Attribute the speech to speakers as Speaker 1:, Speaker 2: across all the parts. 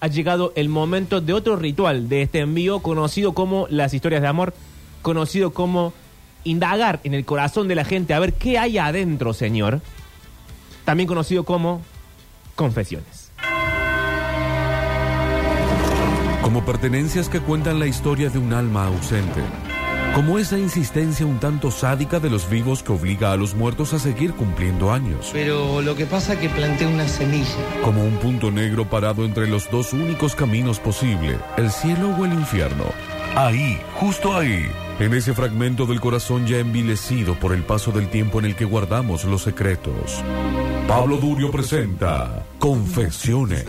Speaker 1: ha llegado el momento de otro ritual de este envío conocido como las historias de amor, conocido como indagar en el corazón de la gente a ver qué hay adentro, señor, también conocido como confesiones.
Speaker 2: Como pertenencias que cuentan la historia de un alma ausente. Como esa insistencia un tanto sádica de los vivos que obliga a los muertos a seguir cumpliendo años.
Speaker 3: Pero lo que pasa es que planté una semilla.
Speaker 2: Como un punto negro parado entre los dos únicos caminos posible, el cielo o el infierno. Ahí, justo ahí, en ese fragmento del corazón ya envilecido por el paso del tiempo en el que guardamos los secretos. Pablo Durio presenta Confesiones.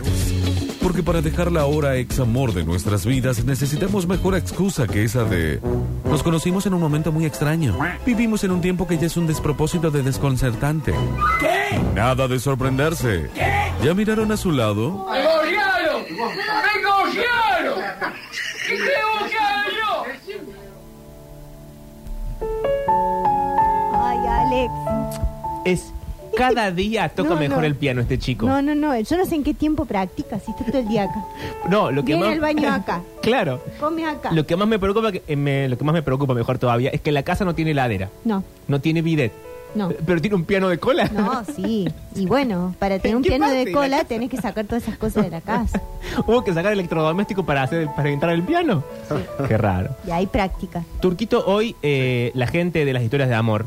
Speaker 2: Porque para dejar la hora ex amor de nuestras vidas necesitamos mejor excusa que esa de nos conocimos en un momento muy extraño. Vivimos en un tiempo que ya es un despropósito de desconcertante. ¿Qué? Nada de sorprenderse. ¿Ya miraron a su lado?
Speaker 4: ¡Me golpearon! ¡Me golpearon! ¿Qué creo que hago yo?
Speaker 5: Ay, Alex.
Speaker 1: Es cada día toca
Speaker 5: No,
Speaker 1: mejor
Speaker 5: no.
Speaker 1: el piano este chico.
Speaker 5: No, no, no. Yo no sé en qué tiempo practicas. Si estás todo el día acá.
Speaker 1: No, lo que
Speaker 5: Viene
Speaker 1: más
Speaker 5: al baño acá.
Speaker 1: Claro.
Speaker 5: Come acá.
Speaker 1: Lo que más me preocupa que- eh, me- lo que más me preocupa mejor todavía es que la casa no tiene heladera,
Speaker 5: No,
Speaker 1: no tiene bidet.
Speaker 5: no.
Speaker 1: Pero tiene un piano de cola.
Speaker 5: No, sí. Y bueno, para tener un
Speaker 1: ¿Qué
Speaker 5: piano
Speaker 1: parte
Speaker 5: de
Speaker 1: de la
Speaker 5: cola tenés que sacar todas esas cosas de la casa.
Speaker 1: Hubo que sacar electrodoméstico para hacer para entrar el piano. Qué raro.
Speaker 5: Y ahí práctica.
Speaker 1: Turquito, hoy eh, la gente de las historias de amor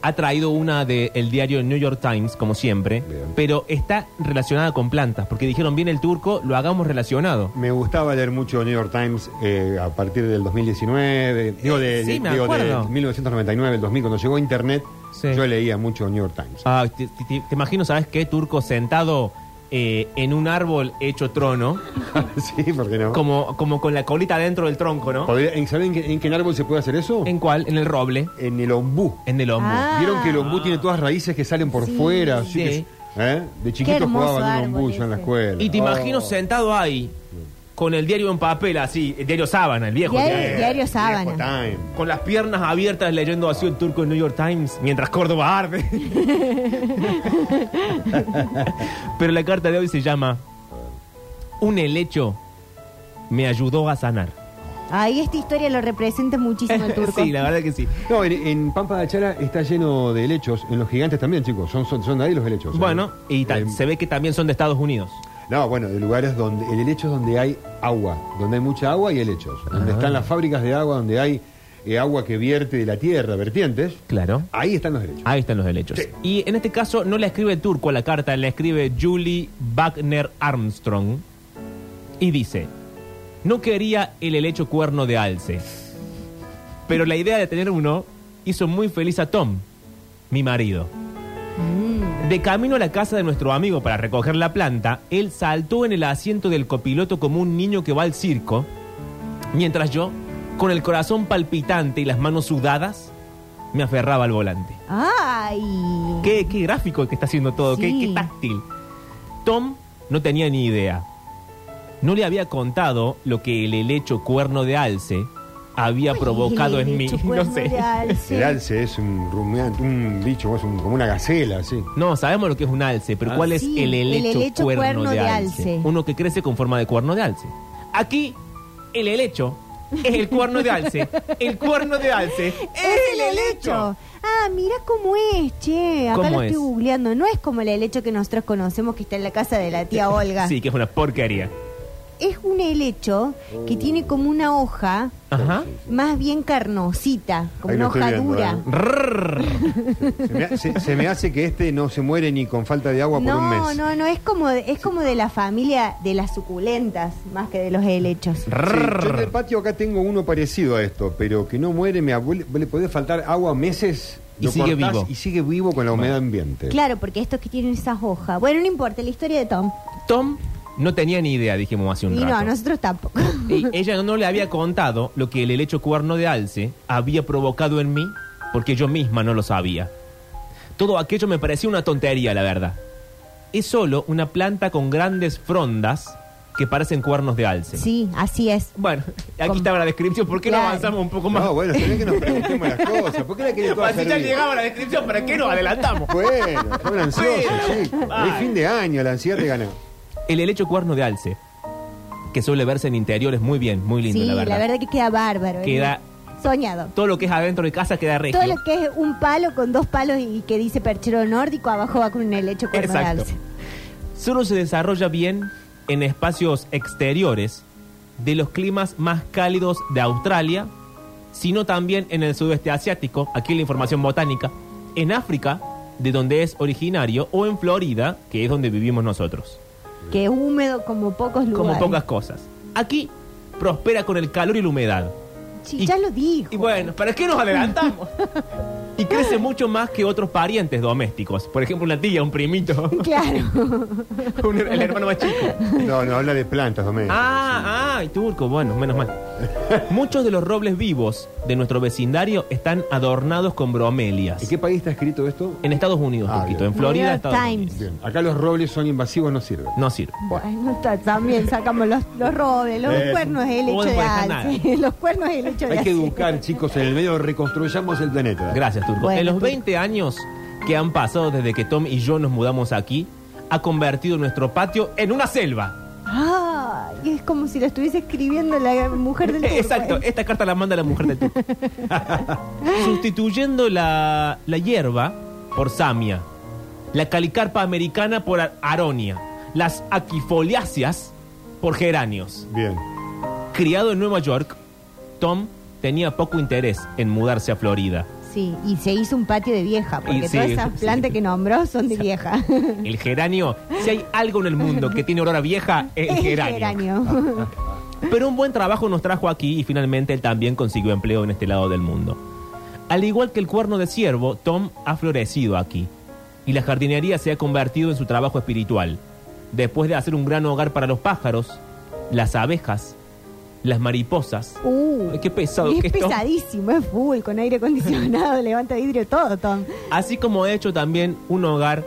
Speaker 1: ha traído una del diario New York Times, como siempre,
Speaker 6: Bien.
Speaker 1: pero está relacionada con plantas, porque dijeron, viene el turco, lo hagamos relacionado.
Speaker 6: Me gustaba leer mucho New York Times eh, a partir del 2019, digo, de,
Speaker 1: sí, me
Speaker 6: digo, de
Speaker 1: acuerdo.
Speaker 6: 1999, el 2000, cuando llegó Internet,
Speaker 1: Sí.
Speaker 6: yo leía mucho New York Times.
Speaker 1: Ah, te, te- te- te imagino, ¿sabes qué? Turco sentado eh, en un árbol hecho trono,
Speaker 6: sí, ¿por qué no?
Speaker 1: como, como con la colita dentro del tronco, ¿no? Uh.
Speaker 6: Podría- ¿en- ¿Saben en qué, en qué árbol se puede hacer eso?
Speaker 1: ¿En cuál? En el roble,
Speaker 6: En el ombú.
Speaker 1: en el hombro.
Speaker 5: Ah.
Speaker 6: Vieron que el ombú tiene todas raíces que salen por
Speaker 5: Sí.
Speaker 6: fuera. Así
Speaker 1: Sí.
Speaker 6: que, ¿eh? De chiquito
Speaker 5: hermoso
Speaker 6: jugaban un
Speaker 5: árbol
Speaker 6: ombú yo en la
Speaker 5: ese.
Speaker 6: escuela.
Speaker 1: Y te imagino sentado ahí, con el diario en papel así, el diario sábana, el viejo.
Speaker 5: Diario-
Speaker 6: eh,
Speaker 1: diario.
Speaker 5: Diario
Speaker 6: Viejo
Speaker 5: Sábana.
Speaker 6: Time.
Speaker 1: Con las piernas abiertas leyendo así el turco en New York Times mientras Córdoba arde. Pero la carta de hoy se llama Un helecho me ayudó a sanar.
Speaker 5: Ahí esta historia lo representa muchísimo el turco.
Speaker 1: sí, la verdad que sí.
Speaker 6: No, en, en Pampa de Achara está lleno de helechos. En los gigantes también, chicos. Son, son, son de ahí los helechos. ¿eh?
Speaker 1: Bueno, y tal,
Speaker 6: Eh,
Speaker 1: se ve que también son de Estados Unidos.
Speaker 6: No, bueno, de lugares donde el helecho es donde hay agua, donde hay mucha agua y helechos, donde están las fábricas de agua, donde hay eh, agua que vierte de la tierra, vertientes,
Speaker 1: Claro.
Speaker 6: ahí están los
Speaker 5: Ah,
Speaker 6: helechos.
Speaker 1: Ahí están los helechos.
Speaker 6: Sí.
Speaker 1: Y en este caso no la escribe el turco a la carta, la escribe Julie Wagner Armstrong. Y dice, no quería el helecho cuerno de alce, pero la idea de tener uno hizo muy feliz a Tom, mi marido. De camino a la casa de nuestro amigo para recoger la planta, él saltó en el asiento del copiloto como un niño que va al circo, mientras yo, con el corazón palpitante y las manos sudadas, me aferraba al volante.
Speaker 5: Ay.
Speaker 1: Qué, qué gráfico que está haciendo todo, qué-
Speaker 5: Sí.
Speaker 1: qué, táctil. Tom no tenía ni idea. No le había contado lo que el helecho cuerno de alce había
Speaker 5: Ay,
Speaker 1: provocado
Speaker 5: el
Speaker 1: en mí.
Speaker 5: bicho
Speaker 1: No
Speaker 5: cuerno
Speaker 1: sé.
Speaker 5: de alce.
Speaker 6: El alce es un, rumiante, un bicho, es un- como una gacela, sí.
Speaker 1: No, sabemos lo que es un alce, pero ¿cuál es
Speaker 5: Ah, Sí,
Speaker 1: el helecho,
Speaker 5: el helecho
Speaker 1: cuerno,
Speaker 5: cuerno
Speaker 1: de,
Speaker 5: de
Speaker 1: alce?
Speaker 5: alce.
Speaker 1: Uno que crece con forma de cuerno de alce. Aquí, el helecho es el cuerno de alce. El cuerno de alce es el helecho.
Speaker 5: Ah, mira cómo es, che. Acá
Speaker 1: ¿Cómo
Speaker 5: lo
Speaker 1: es?
Speaker 5: estoy googleando. No es como el helecho que nosotros conocemos que está en la casa de la tía Olga.
Speaker 1: Sí, que es una porquería.
Speaker 5: Es un helecho que tiene como una hoja
Speaker 1: Ajá.
Speaker 5: más bien carnosita, como
Speaker 6: Ahí
Speaker 5: una
Speaker 6: lo
Speaker 5: hoja
Speaker 6: estoy viendo,
Speaker 5: dura.
Speaker 6: ¿eh?
Speaker 1: Rrrr.
Speaker 6: Se me, ha- se- se me hace que este no se muere ni con falta de agua por un
Speaker 5: No,
Speaker 6: mes.
Speaker 5: no, no, es como, es como de la familia de las suculentas más que de los helechos.
Speaker 6: Sí, yo en el
Speaker 1: Rrrr.
Speaker 6: patio acá tengo uno parecido a esto, pero que no muere, me abuelo, le puede faltar agua meses
Speaker 1: Y
Speaker 6: lo
Speaker 1: sigue
Speaker 6: cortás
Speaker 1: vivo.
Speaker 6: Y sigue vivo con la humedad ambiente.
Speaker 5: Claro, porque estos que tienen esas hojas. Bueno, no importa, la historia de Tom.
Speaker 1: Tom no tenía ni idea, dijimos hace un
Speaker 5: Y
Speaker 1: rato.
Speaker 5: no, nosotros tampoco.
Speaker 1: Y Eh, ella no le había contado lo que el helecho cuerno de alce había provocado en mí, porque yo misma no lo sabía. Todo aquello me parecía una tontería, la verdad. Es solo una planta con grandes frondas que parecen cuernos de alce.
Speaker 5: Sí, así es.
Speaker 1: Bueno, aquí
Speaker 5: Con-
Speaker 1: estaba la descripción, ¿por qué no
Speaker 5: Claro.
Speaker 1: avanzamos un poco más?
Speaker 6: No, bueno, se ve que nos preguntemos las cosas. ¿Por qué la quiere toda
Speaker 1: Así ya
Speaker 6: servida?
Speaker 1: llegaba la descripción, ¿para qué nos adelantamos?
Speaker 6: Bueno, estaban ansiosos,
Speaker 1: Bueno,
Speaker 6: chicos.
Speaker 1: vale.
Speaker 6: Es fin de año, la ansiedad te gana.
Speaker 1: El helecho cuerno de alce, que suele verse en interiores muy bien, muy lindo,
Speaker 5: sí,
Speaker 1: la verdad.
Speaker 5: que queda bárbaro. ¿eh?
Speaker 1: Queda-
Speaker 5: soñado.
Speaker 1: Todo lo que es adentro de casa queda regio.
Speaker 5: Todo lo que es un palo con dos palos y que dice perchero nórdico, abajo va con un helecho cuerno de
Speaker 1: Exacto.
Speaker 5: alce.
Speaker 1: Solo se desarrolla bien en espacios exteriores de los climas más cálidos de Australia, sino también en el sudeste asiático, aquí la información botánica, en África, de donde es originario, o en Florida, que es donde vivimos nosotros.
Speaker 5: Que es húmedo como pocos lugares.
Speaker 1: Como pocas cosas. Aquí prospera con el calor y la humedad.
Speaker 5: Sí,
Speaker 1: Y-
Speaker 5: ya lo dijo.
Speaker 1: Y bueno, ¿para qué nos adelantamos? Y crece mucho más que otros parientes domésticos. Por ejemplo, una tía, un primito,
Speaker 5: Claro.
Speaker 1: un- el hermano más chico.
Speaker 6: No, no, habla de plantas, Doménico.
Speaker 1: Ah, ah, y turco, bueno, menos mal. Muchos de los robles vivos de nuestro vecindario están adornados con bromelias.
Speaker 6: ¿En qué país está escrito esto?
Speaker 1: En Estados Unidos,
Speaker 6: Ah,
Speaker 1: Turquito,
Speaker 6: bien.
Speaker 1: en Florida,
Speaker 5: New York
Speaker 1: Estados
Speaker 5: Times.
Speaker 1: Unidos.
Speaker 6: Bien. Acá los robles son invasivos, no sirven.
Speaker 1: No sirve.
Speaker 5: Bueno, está- también sacamos los, los robes, los
Speaker 6: Eh,
Speaker 5: cuernos del
Speaker 1: no
Speaker 5: helecho de
Speaker 1: dejan
Speaker 5: alce. Los cuernos del helecho de
Speaker 6: Hay que
Speaker 5: alce.
Speaker 6: educar, chicos, en el medio reconstruyamos el planeta.
Speaker 1: Gracias, Turco.
Speaker 5: Bueno,
Speaker 1: en los
Speaker 5: Turco.
Speaker 1: 20 años que han pasado desde que Tom y yo nos mudamos aquí, ha convertido nuestro patio en una selva.
Speaker 5: Ah, y es como si lo estuviese escribiendo la mujer del ¿eh? turco.
Speaker 1: Exacto, esta carta la manda la mujer del Turco. Sustituyendo la, la hierba por samia, la calicarpa americana por a- aronia, las aquifoliáceas por geranios.
Speaker 6: Bien.
Speaker 1: Criado en Nueva York, Tom tenía poco interés en mudarse a Florida.
Speaker 5: Sí, y se hizo un patio de vieja, porque
Speaker 1: Y sí,
Speaker 5: todas esas
Speaker 1: sí.
Speaker 5: plantas que nombró son de vieja.
Speaker 1: El geranio, si hay algo en el mundo que tiene olor a vieja, es el geranio. Ah. Pero un buen trabajo nos trajo aquí y finalmente él también consiguió empleo en este lado del mundo. Al igual que el cuerno de ciervo, Tom ha florecido aquí. Y la jardinería se ha convertido en su trabajo espiritual. Después de hacer un gran hogar para los pájaros, las abejas, las mariposas.
Speaker 5: Uh,
Speaker 1: Ay, qué pesado
Speaker 5: y
Speaker 1: que
Speaker 5: es
Speaker 1: esto.
Speaker 5: pesadísimo, es full, con aire acondicionado, levanta vidrio, todo, Tom.
Speaker 1: Así como ha hecho también un hogar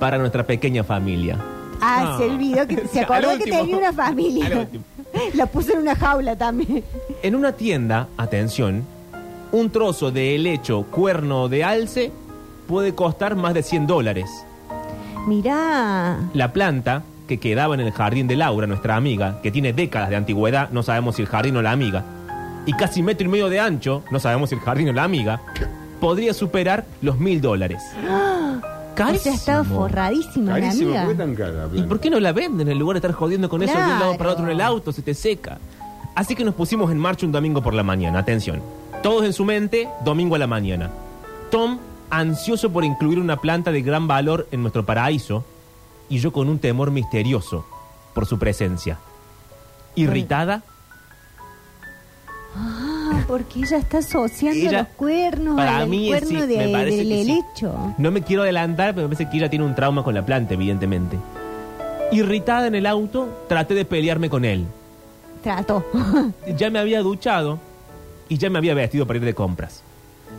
Speaker 1: para nuestra pequeña familia.
Speaker 5: Ah,
Speaker 1: Ah.
Speaker 5: se olvidó que se
Speaker 1: Al
Speaker 5: acordó que
Speaker 1: último.
Speaker 5: tenía una
Speaker 1: Al
Speaker 5: familia.
Speaker 1: último.
Speaker 5: La puso en una jaula también.
Speaker 1: En una tienda, atención, un trozo de helecho cuerno de alce puede costar más de 100 dólares.
Speaker 5: Mirá.
Speaker 1: La planta que quedaba en el jardín de Laura, nuestra amiga, que tiene décadas de antigüedad, no sabemos si el jardín o la amiga, y casi metro y medio de ancho, no sabemos si el jardín o la amiga, podría superar los mil dólares.
Speaker 5: O sea, estaba forradísima la
Speaker 6: Carísimo,
Speaker 5: amiga.
Speaker 6: ¿por qué tan cara? la
Speaker 1: ¿Y
Speaker 6: planta?
Speaker 1: por qué no la venden en lugar de estar jodiendo con eso de un lado para
Speaker 5: Claro.
Speaker 1: otro en el auto? Se te seca. Así que nos pusimos en marcha un domingo por la mañana. Atención. Todos en su mente, domingo a la mañana. Tom, ansioso por incluir una planta de gran valor en nuestro paraíso, y yo con un temor misterioso por su presencia. Irritada,
Speaker 5: Ah, porque ella está asociando
Speaker 1: Ella-
Speaker 5: los cuernos
Speaker 1: para
Speaker 5: al
Speaker 1: mí es
Speaker 5: cuerno
Speaker 1: sí,
Speaker 5: de,
Speaker 1: me parece
Speaker 5: del
Speaker 1: que sí.
Speaker 5: helecho.
Speaker 1: no me quiero adelantar, pero me parece que ella tiene un trauma con la planta, evidentemente. Irritada en el auto, traté de pelearme con él.
Speaker 5: Trató.
Speaker 1: ya me había duchado y ya me había vestido para ir de compras.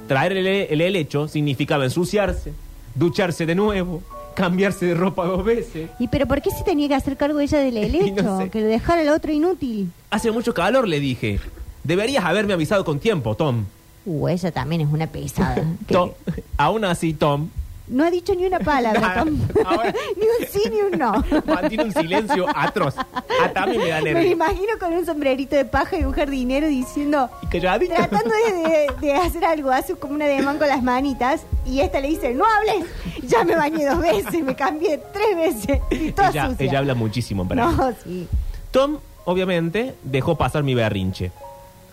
Speaker 1: Traer el, el helecho significaba ensuciarse, ducharse de nuevo, cambiarse de ropa dos veces.
Speaker 5: ¿Y pero por qué se tenía que hacer cargo ella del helecho?
Speaker 1: No sé.
Speaker 5: Que le dejara al otro inútil.
Speaker 1: Hace mucho calor, le dije. Deberías haberme avisado con tiempo, Tom.
Speaker 5: Uh, ella también es una pesada. Que-
Speaker 1: Tom- Aún así, Tom
Speaker 5: No ha dicho ni una palabra,
Speaker 1: Nada.
Speaker 5: Tom.
Speaker 1: Ahora-
Speaker 5: ni un sí ni un no.
Speaker 1: mantiene un silencio atroz. Hasta a mí me da
Speaker 5: Ah. Me lo
Speaker 1: nervio.
Speaker 5: imagino con un sombrerito de paja y un jardinero diciendo,
Speaker 1: Y calladito.
Speaker 5: tratando de, de- de hacer algo, hace como una ademán con las manitas y esta le dice, no hables, ya me bañé dos veces, me cambié tres veces, y toda
Speaker 1: Ella,
Speaker 5: sucia.
Speaker 1: ella habla muchísimo para mí.
Speaker 5: no, sí.
Speaker 1: Tom, obviamente, dejó pasar mi berrinche.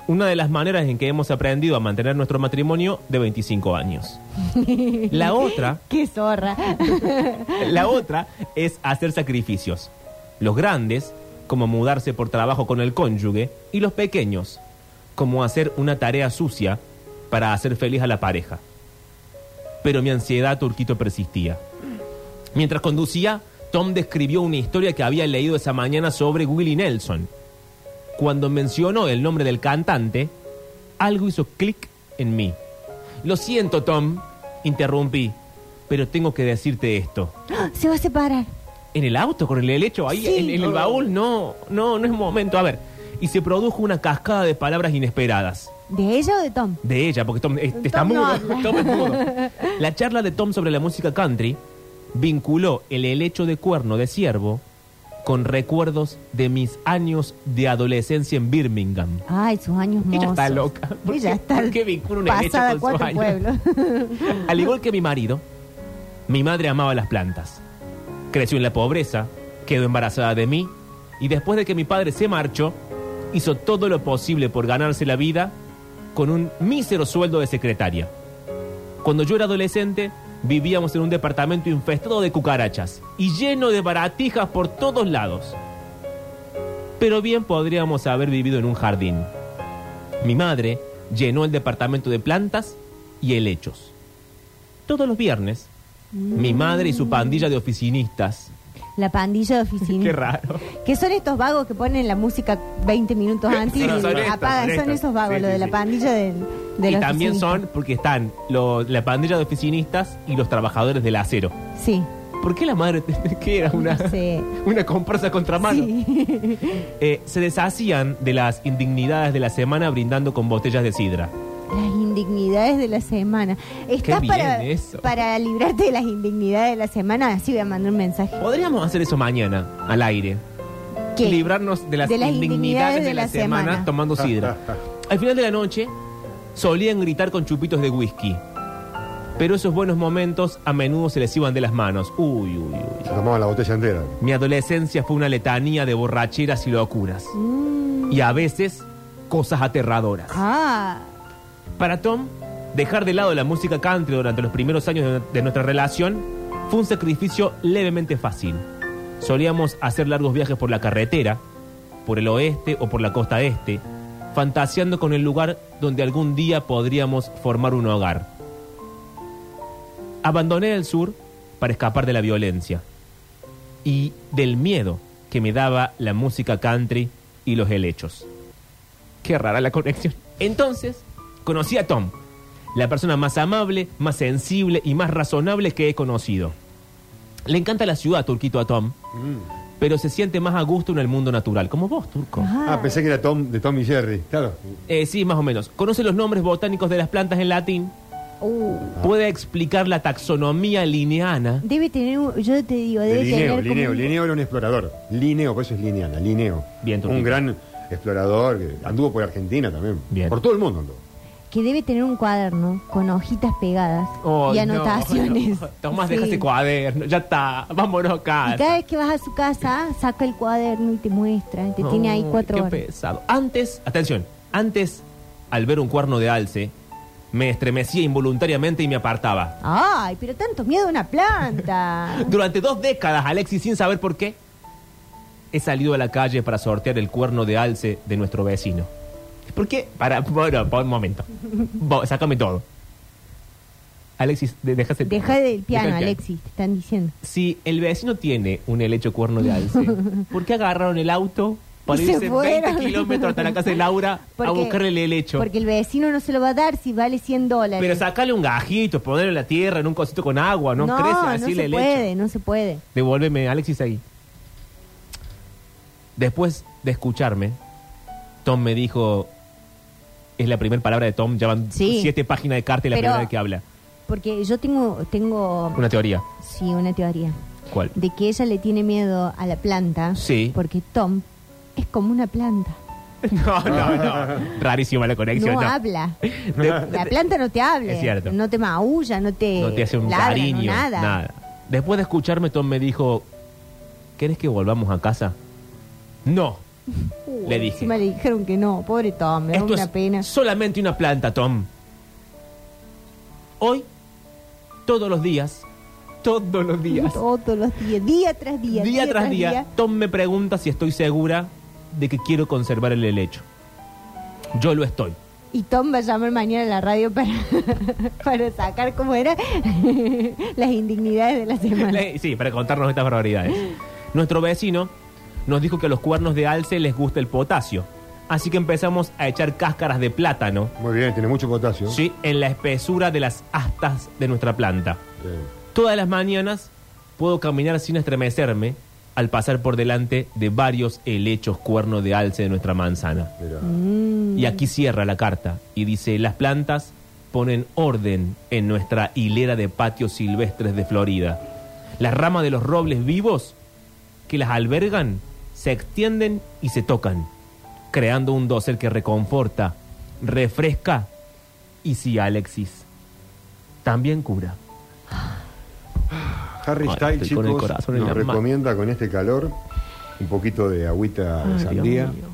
Speaker 1: Una de las maneras en que hemos aprendido a mantener nuestro matrimonio de 25 años. La otra
Speaker 5: Qué zorra.
Speaker 1: La otra es hacer sacrificios. Los grandes, como mudarse por trabajo con el cónyuge, y los pequeños, como hacer una tarea sucia para hacer feliz a la pareja. Pero mi ansiedad turquito persistía. Mientras conducía, Tom describió una historia que había leído esa mañana sobre Willie Nelson. Cuando mencionó el nombre del cantante, algo hizo clic en mí. Lo siento, Tom, interrumpí, pero tengo que decirte esto.
Speaker 5: Se va a separar.
Speaker 1: En el auto, con el helecho, ahí
Speaker 5: Sí.
Speaker 1: en, en el baúl, no, no, no es momento. A ver, y se produjo una cascada de palabras inesperadas.
Speaker 5: ¿De ella o de Tom?
Speaker 1: De ella, porque Tom, eh,
Speaker 5: Tom
Speaker 1: está
Speaker 5: no
Speaker 1: mudo.
Speaker 5: habla.
Speaker 1: Tom es mudo. La charla de Tom sobre la música country vinculó el helecho de cuerno de ciervo con recuerdos de mis años de adolescencia en Birmingham.
Speaker 5: Ay, sus años mozos.
Speaker 1: Ella está loca. ¿Por
Speaker 5: Ella
Speaker 1: qué-
Speaker 5: está
Speaker 1: por qué vincula una leche
Speaker 5: pasada
Speaker 1: con su
Speaker 5: cuatro
Speaker 1: año?
Speaker 5: pueblos.
Speaker 1: Al igual que mi marido, mi madre amaba las plantas. Creció en la pobreza, quedó embarazada de mí y después de que mi padre se marchó, hizo todo lo posible por ganarse la vida con un mísero sueldo de secretaria. Cuando yo era adolescente, vivíamos en un departamento infestado de cucarachas y lleno de baratijas por todos lados. Pero bien podríamos haber vivido en un jardín. Mi madre llenó el departamento de plantas y helechos. Todos los viernes, mi madre y su pandilla de oficinistas.
Speaker 5: La pandilla de oficina.
Speaker 1: Qué raro.
Speaker 5: Que son estos vagos que ponen la música 20 minutos antes y
Speaker 1: no, son estos,
Speaker 5: apagan.
Speaker 1: son
Speaker 5: Son,
Speaker 1: estos.
Speaker 5: esos vagos,
Speaker 1: Sí,
Speaker 5: lo
Speaker 1: sí,
Speaker 5: de la
Speaker 1: sí.
Speaker 5: pandilla del, de
Speaker 1: y
Speaker 5: los
Speaker 1: también
Speaker 5: oficinistas.
Speaker 1: son, porque están lo- la pandilla de oficinistas y los trabajadores del acero.
Speaker 5: Sí.
Speaker 1: ¿Por qué la madre que era una,
Speaker 5: No sé.
Speaker 1: una comparsa contra mano?
Speaker 5: Sí.
Speaker 1: Eh, se deshacían de las indignidades de la semana brindando con botellas de sidra.
Speaker 5: Las indignidades de la semana. Estás
Speaker 1: bien
Speaker 5: para,
Speaker 1: eso.
Speaker 5: para librarte de las indignidades de la semana, así voy a mandar un mensaje.
Speaker 1: Podríamos hacer eso mañana, al aire.
Speaker 5: ¿Qué?
Speaker 1: Librarnos de las,
Speaker 5: De las
Speaker 1: indignidades, de, la, semana, tomando sidra. Al final de la noche, solían gritar con chupitos de whisky. Pero esos buenos momentos a menudo se les iban de las manos. Uy, uy, uy.
Speaker 6: Se tomaban la botella entera.
Speaker 1: Mi adolescencia fue una letanía de borracheras y locuras. Y a veces, cosas aterradoras.
Speaker 5: Ah,
Speaker 1: Para Tom, dejar de lado la música country durante los primeros años de, de nuestra relación fue un sacrificio levemente fácil. Solíamos hacer largos viajes por la carretera, por el oeste o por la costa este, fantaseando con el lugar donde algún día podríamos formar un hogar. Abandoné el sur para escapar de la violencia y del miedo que me daba la música country y los helechos. Qué rara la conexión. Entonces, conocí a Tom, la persona más amable, más sensible y más razonable que he conocido. Le encanta la ciudad, Turquito, a Tom, pero se siente más a gusto en el mundo natural, como vos, Turco.
Speaker 6: Ah, pensé que era Tom, de Tom y Jerry. Claro.
Speaker 1: Eh, sí, más o menos. Conoce los nombres botánicos de las plantas en latín,
Speaker 5: uh,
Speaker 1: puede explicar la taxonomía lineana.
Speaker 5: debe tener, un- yo te digo,
Speaker 6: De
Speaker 5: debe tener.
Speaker 6: Linneo,
Speaker 5: como
Speaker 6: Linneo,
Speaker 5: un-
Speaker 6: Linneo era un explorador. Linneo, por eso es lineana, Linneo.
Speaker 1: Bien, Turquito.
Speaker 6: un gran explorador, que anduvo por Argentina también.
Speaker 1: Bien.
Speaker 6: Por todo el mundo anduvo.
Speaker 5: Que debe tener un cuaderno con hojitas pegadas
Speaker 1: Oh,
Speaker 5: y
Speaker 1: no,
Speaker 5: anotaciones.
Speaker 1: no. Tomás,
Speaker 5: Sí.
Speaker 1: deja ese cuaderno. Ya está. Vámonos acá.
Speaker 5: Y cada vez que vas a su casa, saca el cuaderno y te muestra. Te tiene ahí
Speaker 1: Ay,
Speaker 5: cuatro
Speaker 1: qué
Speaker 5: horas.
Speaker 1: pesado. Antes, atención, antes, al ver un cuerno de alce, me estremecía involuntariamente y me apartaba.
Speaker 5: Ay, pero tanto miedo a una planta.
Speaker 1: Durante dos décadas, Alexis, sin saber por qué, he salido a la calle para sortear el cuerno de alce de nuestro vecino. ¿Por qué? Para, bueno, por un momento. Bo- sácame todo. Alexis, de- deja ese-
Speaker 5: Deja del
Speaker 1: deja el
Speaker 5: piano, Alexis, te están diciendo.
Speaker 1: Si el vecino tiene un helecho cuerno de alce, ¿por qué agarraron el auto para
Speaker 5: Y se
Speaker 1: irse
Speaker 5: fueron.
Speaker 1: 20 kilómetros hasta la casa de Laura a
Speaker 5: Porque-
Speaker 1: buscarle el helecho?
Speaker 5: Porque el vecino no se lo va a dar si vale 100 dólares.
Speaker 1: Pero sacale un gajito, ponerlo en la tierra, en un cosito con agua, no, crece así
Speaker 5: no
Speaker 1: el
Speaker 5: se
Speaker 1: helecho.
Speaker 5: puede, no se puede.
Speaker 1: Devuélveme, Alexis, ahí. Después de escucharme, Tom me dijo... Es la primera palabra de Tom, ya van
Speaker 5: Sí.
Speaker 1: siete páginas de carta y la
Speaker 5: Pero-
Speaker 1: primera vez que habla.
Speaker 5: Porque yo tengo, tengo,
Speaker 1: Una teoría.
Speaker 5: sí, una teoría
Speaker 1: ¿Cuál?
Speaker 5: de que ella le tiene miedo a la planta.
Speaker 1: Sí.
Speaker 5: Porque Tom es como una planta.
Speaker 1: No, no, no. Rarísima la conexión.
Speaker 5: No,
Speaker 1: no.
Speaker 5: habla.
Speaker 1: De-
Speaker 5: La planta no te habla.
Speaker 1: Es cierto.
Speaker 5: No te maulla, no te.
Speaker 1: No te hace un
Speaker 5: Eh, ladra, no
Speaker 1: cariño.
Speaker 5: nada.
Speaker 1: Después de escucharme, Tom me dijo, ¿querés que volvamos a casa? No.
Speaker 5: Uh,
Speaker 1: Le dije.
Speaker 5: Encima le dijeron que no. Pobre Tom, me da
Speaker 1: Esto
Speaker 5: una
Speaker 1: es
Speaker 5: pena.
Speaker 1: solamente una planta, Tom. Hoy, todos los días, todos los días,
Speaker 5: Todos los días, día tras día.
Speaker 1: día, tras día, Tom me pregunta si estoy segura de que quiero conservar el helecho. Yo lo estoy.
Speaker 5: Y Tom va a llamar mañana a la radio para, para sacar, ¿cómo era? Las indignidades de la semana.
Speaker 1: Le- Sí, para contarnos estas barbaridades. Nuestro vecino nos dijo que a los cuernos de alce les gusta el potasio. Así que empezamos a echar cáscaras de plátano,
Speaker 6: Muy bien, tiene mucho potasio.
Speaker 1: ¿sí? En la espesura de las astas de nuestra planta.
Speaker 6: Eh,
Speaker 1: Todas las mañanas puedo caminar sin estremecerme al pasar por delante de varios helechos cuernos de alce de nuestra manzana.
Speaker 6: mira.
Speaker 1: Y aquí cierra la carta y dice, las plantas ponen orden en nuestra hilera de patios silvestres de Florida. Las ramas de los robles vivos que las albergan se extienden y se tocan, creando un dosel que reconforta, refresca y si Alexis también cura.
Speaker 6: Harry
Speaker 1: Ay,
Speaker 6: Styles,
Speaker 1: estoy con el
Speaker 6: chicos,
Speaker 1: corazón en
Speaker 6: nos
Speaker 1: la mano.
Speaker 6: recomienda con este calor un poquito de agüita de
Speaker 1: Ay,
Speaker 6: sandía.
Speaker 1: Dios mío.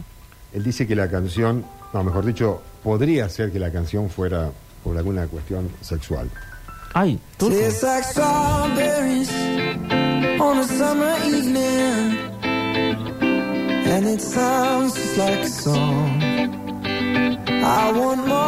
Speaker 6: Él dice que la canción, no, mejor dicho, podría ser que la canción fuera por alguna cuestión sexual.
Speaker 1: Ay, turco.
Speaker 7: Tastes like strawberries on a summer evening. And it sounds just like a song. I want more.